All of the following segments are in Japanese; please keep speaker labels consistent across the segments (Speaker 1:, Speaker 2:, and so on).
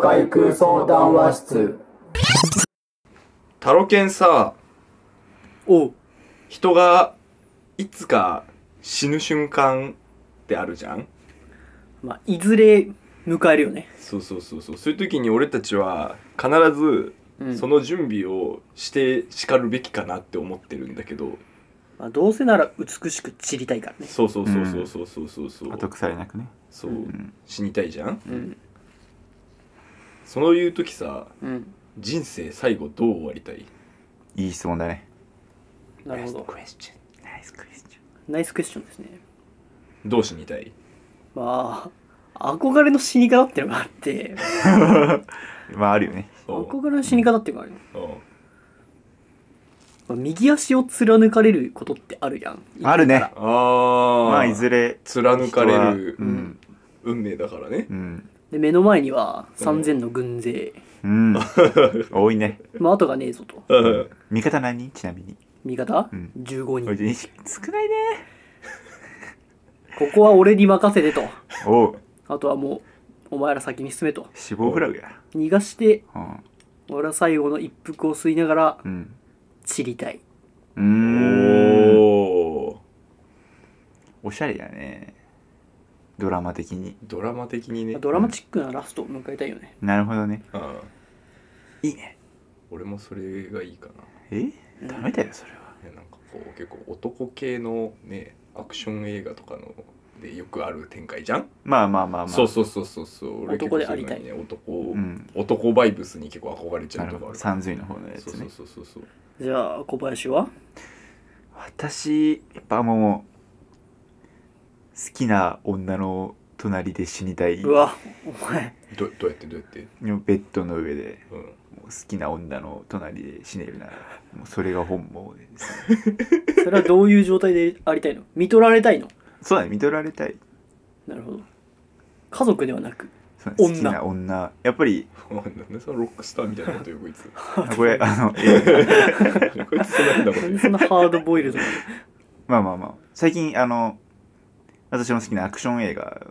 Speaker 1: 海空相談話室
Speaker 2: タロケンさ
Speaker 3: おう
Speaker 2: 人がいつか死ぬ瞬間ってあるじゃん
Speaker 3: まあ、いずれ迎えるよね。
Speaker 2: そうそうそうそうそういう時に俺たちは必ず
Speaker 3: うん
Speaker 2: その準備をしてしかるべきかなって思ってるんだけど
Speaker 3: まあ、どうせなら美しく散りたいからね。
Speaker 2: そうそうそうそうそうそうそうそう
Speaker 1: 後腐れなくね
Speaker 2: そう
Speaker 1: うん
Speaker 2: 死にたいじゃん
Speaker 3: うん。
Speaker 2: そういう時さ
Speaker 3: うん。
Speaker 2: 人生最後どう終わりたい
Speaker 1: いい質問だね
Speaker 3: なるほど。
Speaker 2: エスチョン
Speaker 1: ナイスクエスチョ
Speaker 3: ナイスクエスチョンですね。
Speaker 2: どう死にたい
Speaker 3: まあ、憧れの死に方ってのがあって、
Speaker 1: ンまああるよね
Speaker 2: おう
Speaker 3: 憧れの死に方っていうのがある。
Speaker 2: おう
Speaker 3: まあ、右足を貫かれることってあるやん。
Speaker 1: あるね
Speaker 2: ああ
Speaker 1: まあいずれ
Speaker 2: 貫かれる
Speaker 1: 人はうん
Speaker 2: 運命だからね
Speaker 1: うん
Speaker 3: で、目の前には3000の軍勢。
Speaker 1: うん 多いね
Speaker 3: まあ、後がねえぞと。
Speaker 2: うん
Speaker 1: 味方何人ちなみに
Speaker 3: 味方、
Speaker 1: うん
Speaker 3: ?15 人。
Speaker 1: 少ないね
Speaker 3: ここは俺に任せてと。
Speaker 1: おう
Speaker 3: あとはもう、お前ら先に進めと。
Speaker 1: 死亡フラグや
Speaker 3: 逃がして、
Speaker 1: うん
Speaker 3: 俺は最後の一服を吸いながら
Speaker 1: うん
Speaker 3: 散りたい。
Speaker 1: うーん
Speaker 2: おお
Speaker 1: おしゃれだねドラマ的に
Speaker 2: ドラマ的にね
Speaker 3: ドラマチックなラストを迎えたいよね。
Speaker 1: なるほどね
Speaker 2: うん
Speaker 1: いいね
Speaker 2: 俺もそれがいいかな
Speaker 1: えダメだよそれはい
Speaker 2: やなんかこう結構男系のねアクション映画とかのでよくある展開じゃん、
Speaker 1: まあまあまあまあ
Speaker 2: そうそうそうそうそう俺結構
Speaker 3: 男でありたい
Speaker 2: そううのにね男、
Speaker 1: うん
Speaker 2: 男バイブスに結構憧れちゃ
Speaker 1: な
Speaker 2: うと
Speaker 1: る
Speaker 2: かあ
Speaker 1: ほど
Speaker 2: る
Speaker 1: 三髄の方のやつ
Speaker 2: そうそ
Speaker 1: ね
Speaker 2: うそうそうそう
Speaker 3: じゃあ、小林は
Speaker 1: 私やっぱもう好きな女の隣で死にたいう
Speaker 3: わ、お前、
Speaker 2: どどうやってどうやって
Speaker 1: ベッドの上で
Speaker 2: うん
Speaker 1: もう好きな女の隣で死ねるならもうそれが本望ですね
Speaker 3: それはどういう状態でありたいの見取られたいの
Speaker 1: そうだね見とられたい
Speaker 3: なるほど。家族ではなく。
Speaker 1: そうだね好
Speaker 3: 女
Speaker 1: きな女やっぱり
Speaker 2: なんでそのロックスターみたいなこと言うこい つ
Speaker 1: これあのえ
Speaker 2: こいつそんなんだこ
Speaker 3: なん
Speaker 2: れ
Speaker 3: でそんなハードボイルドなの
Speaker 1: まあまあまあ最近あの私の好きなアクション映画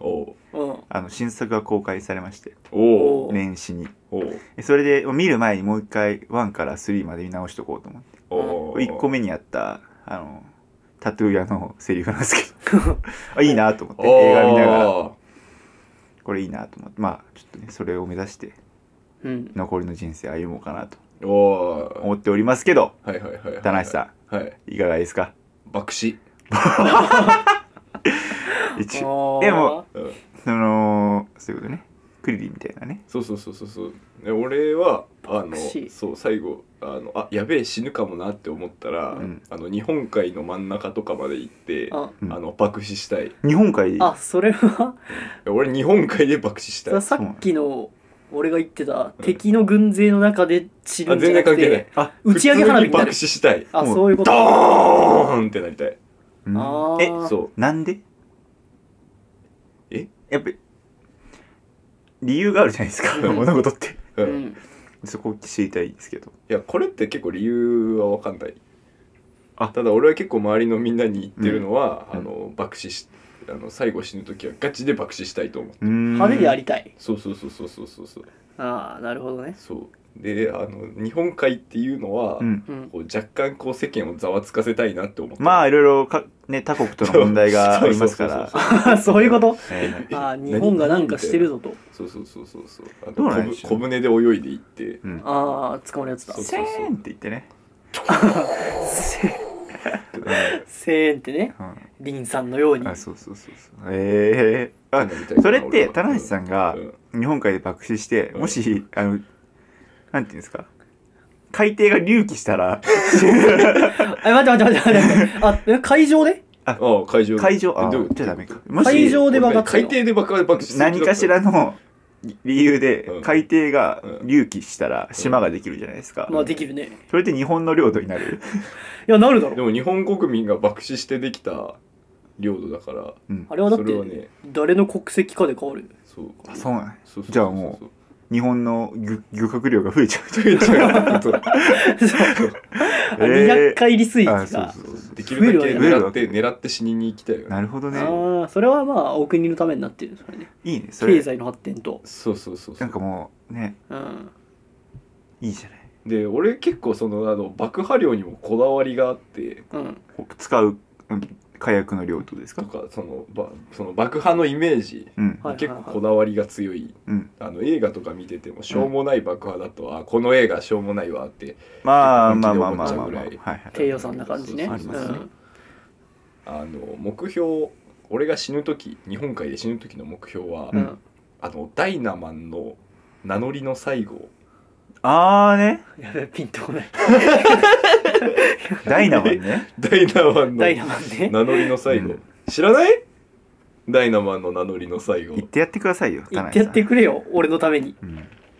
Speaker 2: おう
Speaker 3: うん。
Speaker 1: あの新作が公開されまして
Speaker 2: お
Speaker 3: お
Speaker 2: う
Speaker 3: う
Speaker 1: 年始に
Speaker 2: おう
Speaker 1: それで見る前にもう一回1から3まで見直しとこうと思って
Speaker 2: おう
Speaker 1: 1個目にあったあのタトゥー屋のセリフなんですけどあいいなと思って
Speaker 2: おう
Speaker 1: 映画見ながらこれいいなと思ってまあちょっとねそれを目指して
Speaker 3: うん。
Speaker 1: 残りの人生歩もうかなと
Speaker 2: おお
Speaker 1: 思っておりますけど
Speaker 2: はいはいはいはい
Speaker 1: 田中さ
Speaker 2: んはい
Speaker 1: んいかがですか
Speaker 2: 爆死
Speaker 1: 一
Speaker 3: あ
Speaker 1: そ
Speaker 3: ー
Speaker 1: でも、
Speaker 2: うん
Speaker 1: のそういうことねクリリンみたいなね
Speaker 2: そうそうそうそうそうで俺はあの
Speaker 3: 爆死
Speaker 2: そう最後あのあやべえ死ぬかもなって思ったら、
Speaker 1: ん
Speaker 2: あの日本海の真ん中とかまで行ってあ
Speaker 3: あ、
Speaker 1: うん
Speaker 2: の爆死したい
Speaker 1: 日本海
Speaker 3: あ、それは、
Speaker 2: 俺日本海で爆死し
Speaker 3: そ
Speaker 2: た
Speaker 3: れ
Speaker 2: い
Speaker 3: はさっきの、俺が言ってた敵の軍勢の中で散る
Speaker 2: あ
Speaker 3: んじゃ
Speaker 2: 全
Speaker 3: な
Speaker 2: 然関
Speaker 3: く
Speaker 2: 係ない
Speaker 3: て、
Speaker 1: あ
Speaker 3: 打ち上げ
Speaker 2: 普
Speaker 3: 花火
Speaker 2: 通に
Speaker 3: になる
Speaker 2: 爆。死したい
Speaker 3: あ、
Speaker 1: もう
Speaker 3: そういうこ
Speaker 2: ド
Speaker 3: と。
Speaker 2: ーンってなりたい
Speaker 1: うん
Speaker 3: あ
Speaker 1: え
Speaker 3: ー
Speaker 2: そう
Speaker 1: なんで
Speaker 2: え
Speaker 1: やっぱり理由があるじゃないですか
Speaker 3: うん
Speaker 1: 物事って
Speaker 2: う、
Speaker 3: うん
Speaker 2: い
Speaker 3: ん。
Speaker 1: そこを知りたいんですけど
Speaker 2: やこれって結構理由は分かんない
Speaker 1: あ
Speaker 2: ただ俺は結構周りのみんなに言ってるのは、
Speaker 1: うん
Speaker 2: あの爆死しあの最後死ぬ時はガチで爆死したいと思う
Speaker 1: 派
Speaker 3: 派手でありたい。
Speaker 2: そうそうそうそうそうそうそう
Speaker 3: ああ、なるほどね。
Speaker 2: そうであの日本海っていうのは、
Speaker 1: うん
Speaker 3: うん。
Speaker 2: こう若干こう世間をざわつかせたいなって思って
Speaker 1: まあ
Speaker 2: あ
Speaker 1: いろいろかね他国との問題がありますから
Speaker 2: そう
Speaker 3: そういうこと
Speaker 1: えー
Speaker 3: ああ、日本がなんかしてるぞと。
Speaker 2: そうそうそうそうそうあの
Speaker 1: どうなんでしょ
Speaker 2: 小
Speaker 1: う
Speaker 2: 小舟で泳いでいって
Speaker 1: うん
Speaker 3: ああ、捕まるやつだ
Speaker 2: そ。う
Speaker 1: せーんって言ってね
Speaker 3: せーんってね、
Speaker 1: うん
Speaker 3: リンさんのように。
Speaker 1: あそうそうそうそうええあそれって田無さんが
Speaker 2: うん
Speaker 1: 日本海で爆死して
Speaker 2: うん
Speaker 1: もしあのなんていうんですか海底が隆起した
Speaker 3: あ、
Speaker 1: ら
Speaker 3: 待って待って待って待って。あ、え海上で
Speaker 2: ああ会場
Speaker 1: 海上あ
Speaker 2: えどういう
Speaker 1: ー
Speaker 2: こと
Speaker 1: じゃあダメかも
Speaker 3: 海上
Speaker 1: し
Speaker 3: で爆発
Speaker 2: 海底で爆発爆 死する
Speaker 1: 何かしらの理由で
Speaker 2: うん
Speaker 1: 海底が
Speaker 2: うん
Speaker 1: 隆起したら島ができるじゃないですか
Speaker 3: まあできるね。
Speaker 1: それって日本の領土になる
Speaker 3: いや、なるだ
Speaker 2: で
Speaker 3: ろ。
Speaker 2: も日本国民が爆死してできた領土だから
Speaker 1: うん
Speaker 3: あれはだっ
Speaker 2: それはね
Speaker 3: て、誰の国籍かで変わる。
Speaker 2: そう
Speaker 1: あそうなん
Speaker 2: そうそうそうそう
Speaker 1: じゃあもう日本の漁漁獲量が増えちゃうじゃん
Speaker 2: 違う そう
Speaker 3: あ200回リスイ
Speaker 1: あ
Speaker 3: が。
Speaker 1: そうそうそう
Speaker 2: できるだけ
Speaker 1: 増える
Speaker 2: 狙
Speaker 1: わ
Speaker 2: っ
Speaker 1: け
Speaker 2: て狙って死にに行きたいよね
Speaker 1: なるほどね
Speaker 3: ああ、それはまあ、お国のためになってるんですからね。
Speaker 1: いいねそ
Speaker 3: 経
Speaker 1: れ
Speaker 3: 済の発展と。
Speaker 2: そうそうそうそ
Speaker 1: なん
Speaker 2: う
Speaker 1: かもうね
Speaker 3: うん。
Speaker 1: いいじゃない
Speaker 2: で俺結構そのあの爆破量にもこだわりがあって
Speaker 3: うん。
Speaker 1: こう使う、うん、火薬の量とです
Speaker 2: と
Speaker 1: か
Speaker 2: かそのばその爆破のイメージ
Speaker 1: うん
Speaker 3: はい
Speaker 2: 結構こだわりが強い
Speaker 1: うん
Speaker 2: あの映画とか見ててもしょうもない爆破だと、あこの映画しょうもないわって
Speaker 1: まあ
Speaker 2: 本気
Speaker 1: まあ
Speaker 2: で
Speaker 1: まあ
Speaker 2: 思
Speaker 1: ま
Speaker 2: っ
Speaker 1: あ
Speaker 2: ちゃ
Speaker 1: ま
Speaker 2: う
Speaker 1: あ
Speaker 2: ぐ
Speaker 1: まあ
Speaker 2: らい
Speaker 1: はいはい
Speaker 3: 低予算な感じね。
Speaker 2: そう
Speaker 1: そうありますね
Speaker 2: あの目標俺が死ぬ時日本海で死ぬ時の目標は、
Speaker 3: うん。う
Speaker 1: うん
Speaker 3: ん。
Speaker 2: あのダイナマンの名乗りの最後
Speaker 1: ああね
Speaker 3: やべえ、ピンとこない。
Speaker 1: ダイナマンね
Speaker 2: ダイナマンの
Speaker 3: ダイナ
Speaker 2: 名
Speaker 3: マンね。
Speaker 2: 乗りの最後、
Speaker 1: うん
Speaker 2: 知らないダイナマンの名乗りの最後
Speaker 1: 言ってやってくださいよ
Speaker 3: 言ってやって
Speaker 1: く、
Speaker 3: くれよ、俺のために。
Speaker 1: うん、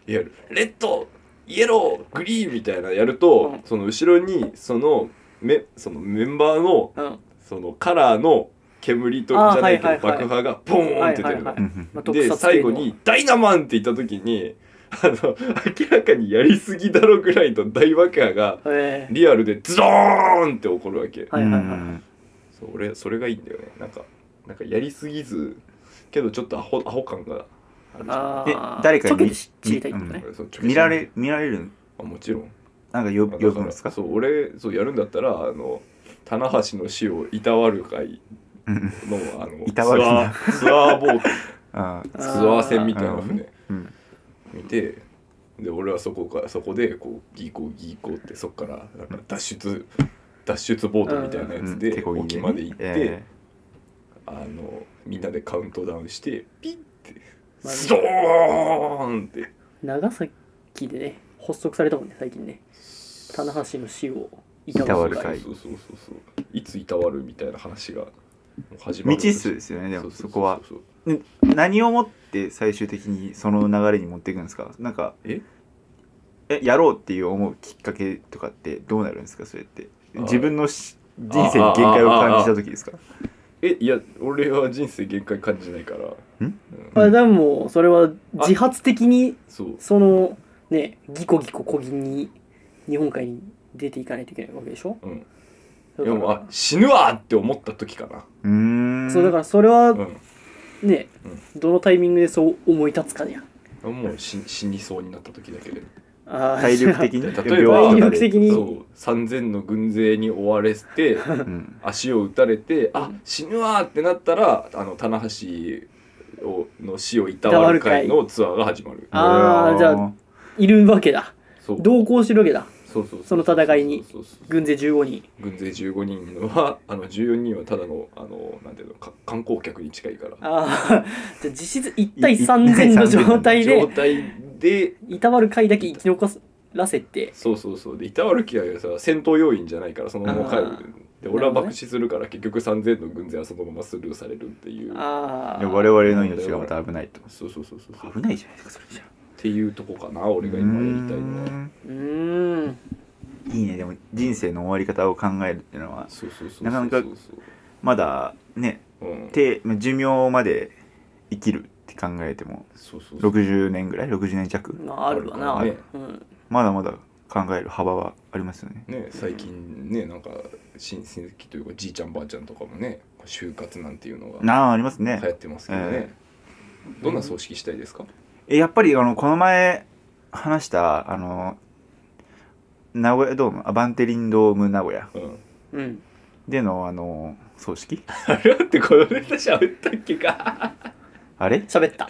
Speaker 2: やるレッドイエローグリーンみたいなのやると、
Speaker 3: うん
Speaker 2: その後ろにそのめそのメンバーの
Speaker 3: うん。
Speaker 2: そのカラーの煙とじ
Speaker 3: あー
Speaker 2: ゃないけど、
Speaker 3: はいはいはい
Speaker 2: 爆破がポーンって出るの、
Speaker 3: はいはいは
Speaker 1: うんうん
Speaker 3: まあ
Speaker 2: で最後。に「ダイナマン!」って言った時にあの明らかにやりすぎだろぐらいの大爆破が
Speaker 3: 特撮系のええ
Speaker 2: リアルでズドーンって起こるわけ、
Speaker 3: はいはいはい
Speaker 1: うん
Speaker 2: そう俺それがいいんだよねなんかなんかやりすぎずけどちょっとアホアホ感があるじゃん
Speaker 3: ああ。
Speaker 1: え誰かに
Speaker 3: に。けて知知りたいってことね。
Speaker 2: そうちょ
Speaker 1: 見られ見られる
Speaker 2: あもちろん
Speaker 1: なんかよ
Speaker 2: だ
Speaker 1: 呼
Speaker 2: から
Speaker 1: ぶんですか
Speaker 2: そう俺そうやるんだったらあの棚橋の死をいたわる会
Speaker 1: うん
Speaker 2: のあの
Speaker 1: いたわる
Speaker 2: ツア
Speaker 1: な
Speaker 2: ーツアーボート
Speaker 1: あー
Speaker 3: あ
Speaker 2: ツ
Speaker 3: ー
Speaker 2: アー船みたいな
Speaker 1: あーな
Speaker 2: 船
Speaker 1: うん
Speaker 2: 見てで俺はそこからそこでこうギーコーギーコーってそこからなんか脱出脱出ボートみたいなやつ
Speaker 1: 手
Speaker 2: で
Speaker 1: 漕ぎ
Speaker 2: 沖まで行って、
Speaker 1: え
Speaker 2: あのみんなでカウントダウンしてピッて
Speaker 3: まあ
Speaker 2: スドーンって
Speaker 3: 長崎でね、発足されたもんね、最近ね。棚橋の死をい
Speaker 1: いたわる
Speaker 3: 会
Speaker 1: 会
Speaker 2: そうそうそうそういついたわるみたいな話が始
Speaker 1: ー
Speaker 2: まる
Speaker 1: 未知数ですよねでもそこは
Speaker 2: うそう
Speaker 1: 何をもって最終的にその流れに持っていくんですかなんか
Speaker 2: え
Speaker 1: えやろうっていう思うきっかけとかってどうなるんですかそれって
Speaker 2: あー
Speaker 1: 自分のし人生に限界を感じた時ですか
Speaker 2: えいや俺は人生限界感じないからうん
Speaker 3: まあでも、それは自発的に、
Speaker 2: そう
Speaker 3: その、ね、ギコギコ小ぎに、日本海に出ていかないといけないわけでしょ
Speaker 2: うんい
Speaker 3: だか
Speaker 2: や
Speaker 3: ら
Speaker 2: もうあ死ぬわって思った時かな
Speaker 1: うーん
Speaker 3: そうだからそれは
Speaker 2: うん
Speaker 3: ね、どのタイミングでそう思い立つかじゃん。
Speaker 2: あもう死死にそうになった時だけで
Speaker 3: あー
Speaker 1: 体力的
Speaker 2: 例え
Speaker 1: に
Speaker 2: ば
Speaker 1: 病気
Speaker 3: 体
Speaker 1: とかで
Speaker 3: 力的に
Speaker 2: そう3,000の軍勢に追われ て
Speaker 1: うん
Speaker 2: 足を打たれてあ死ぬわってなったらあの棚橋をの死をいたわる会のツアーが始まる
Speaker 3: あーじゃあ いるわけだ。
Speaker 2: そう
Speaker 3: 同行してるわけだ。
Speaker 2: そうそうう
Speaker 3: その戦いに
Speaker 2: そうそうそう
Speaker 3: 軍勢15人。
Speaker 2: 軍勢15人のはあの14人はただのあのなんていうのか観光客に近いから
Speaker 3: ああ、じゃあ実質1対
Speaker 1: い
Speaker 3: 3000の状態
Speaker 2: 状
Speaker 3: で、
Speaker 2: 態で
Speaker 3: いたわる会だけ生き残らせて、
Speaker 2: そうそうそうで板歩きはさ戦闘要員じゃないからそのまま帰
Speaker 3: あ
Speaker 2: るで俺は爆死するから結局3000の軍勢はそのままスルーされるっていう
Speaker 3: あ
Speaker 1: い
Speaker 3: あ、
Speaker 1: や我々の命がまた危ないと
Speaker 2: そうそうそうそうそう
Speaker 1: 危ないじゃないですかそれじゃ
Speaker 2: っていうとこかな俺が今やりたいの
Speaker 1: うー
Speaker 2: は
Speaker 1: ん
Speaker 3: うーん、
Speaker 1: いいねでも人生の終わり方を考えるっていうのは
Speaker 2: そうそうそうそう
Speaker 1: なかなか
Speaker 2: そうそう
Speaker 1: まだね
Speaker 2: そううん
Speaker 1: てまあ寿命まで生きるって考えても
Speaker 2: そうそうそう
Speaker 1: 60年ぐらい60年弱
Speaker 3: まああるわな。
Speaker 2: あるか
Speaker 3: うん、
Speaker 1: まだまだ考える幅はありますよね
Speaker 2: ね最近ねなんか親戚というかじいちゃんばあちゃんとかもね就活なんていうのが
Speaker 1: なああります
Speaker 2: 流
Speaker 1: ね
Speaker 2: 行ってますけどねどんな葬式したいですか
Speaker 1: えやっぱりあのこの前話したあの名古屋ドームあバンテリンドーム名古屋
Speaker 2: うん
Speaker 3: うん。
Speaker 1: でのあの葬式
Speaker 2: あれだってこのネタ喋ったっけか
Speaker 1: あれ
Speaker 3: 喋った。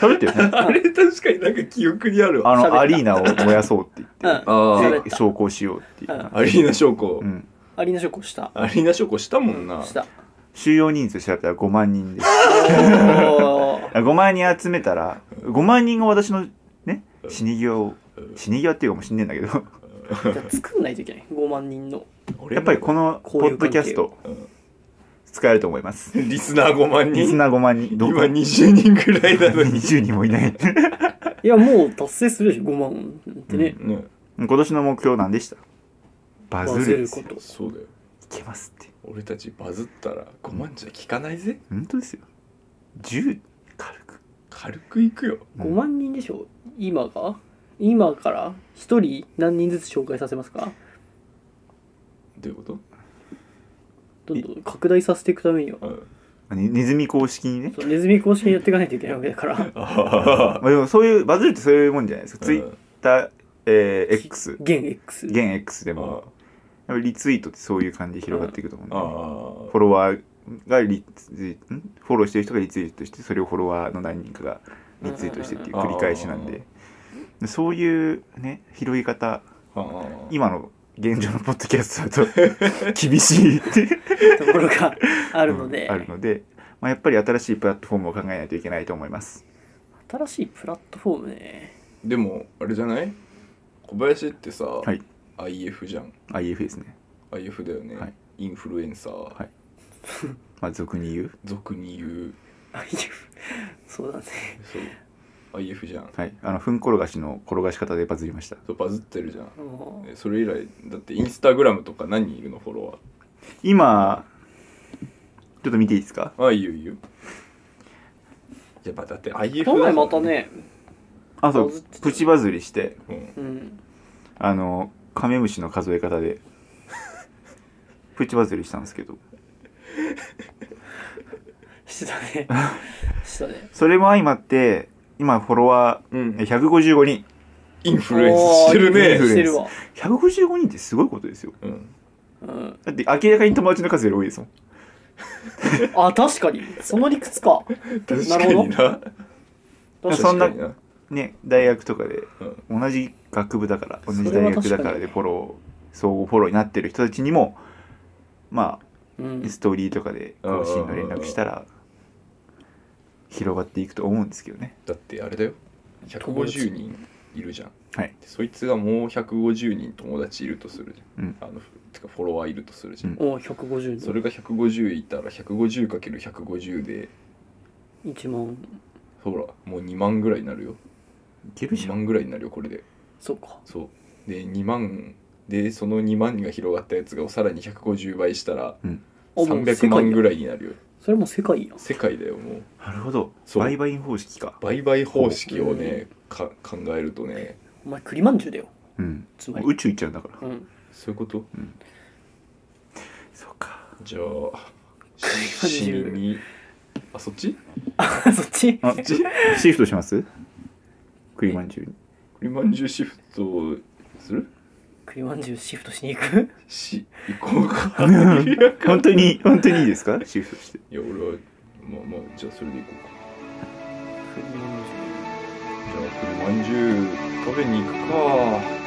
Speaker 1: 食べてるね
Speaker 2: あれ確かになんか記憶にあるわ
Speaker 1: あ
Speaker 3: 喋っ
Speaker 1: の
Speaker 3: た
Speaker 1: アリーナを燃やそうって
Speaker 3: う
Speaker 1: 言
Speaker 3: ん
Speaker 1: っ。
Speaker 2: あ
Speaker 3: 喋
Speaker 2: ー
Speaker 1: てで焼香しようっていうう、
Speaker 2: アリーナ将校、
Speaker 1: うん、
Speaker 3: アリーナ諸行した。
Speaker 2: アリーナ将校したもんな
Speaker 3: した。
Speaker 1: 収容人数調べたら5万人です
Speaker 3: お ー
Speaker 1: 5万人集めたら5万人が私のね死に際を
Speaker 2: うん
Speaker 1: 死に際っていうかもう死んでんだけど
Speaker 3: じゃあ作んないといけない。5万人の。
Speaker 1: やっぱりこのポッドキャスト使えると思います
Speaker 2: うんリスナー5万
Speaker 1: リス
Speaker 2: 人
Speaker 1: ナー5万人どう
Speaker 2: 今20人ぐらいなのに、
Speaker 1: 20人もいない
Speaker 3: いや、もう達成するでしょ、5万なんてね。
Speaker 2: ね、
Speaker 1: 今年の目標何でしたバ
Speaker 3: バ
Speaker 1: ズ
Speaker 3: ズ
Speaker 1: る
Speaker 3: る
Speaker 1: です
Speaker 3: こ
Speaker 1: よい
Speaker 3: と。
Speaker 2: そうだよ
Speaker 1: けますって
Speaker 2: 俺たちバズったら5万じゃ効かないぜ
Speaker 1: 本当ですよ10軽く
Speaker 2: 軽くいくよ
Speaker 3: 5万人でしょ今が今から1人何人ずつ紹介させますか
Speaker 2: どういうこ
Speaker 3: どんどん拡大させていくためには
Speaker 2: と、うん、
Speaker 1: ねネズミ公式にね
Speaker 3: そうネズミ公式にやっていかないといけないわけだから
Speaker 2: あ
Speaker 1: まあでもそういうバズるってそういうもんじゃないですか、ツイッター、えー、X
Speaker 3: 現 X
Speaker 1: 現 X でもやっぱリツイートってそういう感じで広がっていくと思うんで、
Speaker 2: あ
Speaker 1: フォロワーがリツイんフォローしてる人がリツイートしてそれをフォロワーの何人かがリツイートしてっていう繰り返しなん
Speaker 2: うん
Speaker 1: ででそういうね広げ方
Speaker 2: あ
Speaker 1: 今の現状のポッドキャスト だと厳しいって
Speaker 3: ところがあるので、
Speaker 1: うんあるので、まあ、やっぱり新しいプラットフォームを考えないといけないと思います
Speaker 3: 新しいプラットフォームね
Speaker 2: でもあれじゃない小林ってさ、
Speaker 1: はい
Speaker 2: IF じゃん
Speaker 1: IF ですね
Speaker 2: IF だよね、
Speaker 1: はい
Speaker 2: インフルエンサー、
Speaker 1: いまあ俗に言う
Speaker 2: 俗に言う
Speaker 3: あいやそうだね
Speaker 2: そう IF じゃん
Speaker 1: はいあのふん転がしの転がし方でバズりました
Speaker 2: そうバズってるじゃん
Speaker 3: もう
Speaker 2: えそれ以来だってインスタグラムとか何人いるのフォロ
Speaker 1: 今ちょっと見ていいですか
Speaker 2: ワーあいいよいいよやっぱだって IF だ
Speaker 3: 今回また
Speaker 2: もん、
Speaker 3: ね
Speaker 1: あそ
Speaker 3: バズっ
Speaker 1: う
Speaker 3: てた
Speaker 1: プチバズりして
Speaker 2: うん、
Speaker 3: うん
Speaker 1: あのカメムシの数え方で プチバズりしたんですけど
Speaker 3: して たねしてたね
Speaker 1: それも相まって今フォロワー155人
Speaker 2: インフルエンスしてる
Speaker 1: インフルエン
Speaker 2: ね
Speaker 1: ス
Speaker 3: してるわ
Speaker 1: 155人ってすごいことですよ
Speaker 2: うん
Speaker 3: うん
Speaker 1: だって明らかに友達の数より多いですもん
Speaker 3: あ確かにその理屈か
Speaker 2: 確かにな
Speaker 3: 確
Speaker 1: そ
Speaker 3: か
Speaker 1: ん
Speaker 2: 確
Speaker 3: に
Speaker 1: な
Speaker 2: かにな
Speaker 1: ね大学とかで
Speaker 2: うん
Speaker 1: 同じ学部だから同
Speaker 3: それは
Speaker 1: じ大学だから
Speaker 3: 確か
Speaker 1: で
Speaker 3: に
Speaker 1: フォロー相互フォローになってる人たちにもま
Speaker 3: う
Speaker 1: あ
Speaker 3: ん
Speaker 1: ストーリーとかで更新の連絡したら広がっていくと思うんですけどね
Speaker 2: だってあれだよ150人いるじゃん
Speaker 1: はい
Speaker 2: でそいつがもう150人友達いるとするじゃん、
Speaker 1: うん
Speaker 2: あのふてかフォロワーいるとするじゃん、
Speaker 1: うん
Speaker 3: お150
Speaker 2: それが150いたら 150×150 で
Speaker 3: 1万
Speaker 2: ほらもう2万ぐらいになるよ
Speaker 1: いけるじ
Speaker 2: 2
Speaker 1: ゃん
Speaker 2: 万ぐらいになるよこれで
Speaker 3: そうか
Speaker 2: そうで2万でその2万が広がったやつがさらに150倍したら
Speaker 3: あもう
Speaker 2: 300万ぐ
Speaker 3: 世界や
Speaker 2: らいになるよ
Speaker 3: それも世界や
Speaker 2: 世界だよもう
Speaker 1: なるほど
Speaker 2: そう
Speaker 1: 売買方式か
Speaker 2: 売買方式をねか考えるとね
Speaker 3: お前栗まんじゅうだよ
Speaker 1: うん
Speaker 3: つまり
Speaker 1: 宇宙行っちゃうんだから
Speaker 3: うん
Speaker 2: そういうこと
Speaker 1: そうか
Speaker 2: じゃあし死ににあそっち
Speaker 3: あそっち
Speaker 1: あシフトします栗まんじゅうに
Speaker 2: リマンジュシフトする
Speaker 3: 栗まんじゅうシフトしに行く
Speaker 2: し行こうか
Speaker 1: 本当に本当にいいですかシフトして
Speaker 2: いや俺はまあまあじゃあそれで行こうか
Speaker 3: 栗まんじゅう
Speaker 2: じゃあ栗まんじゅう食べに行くか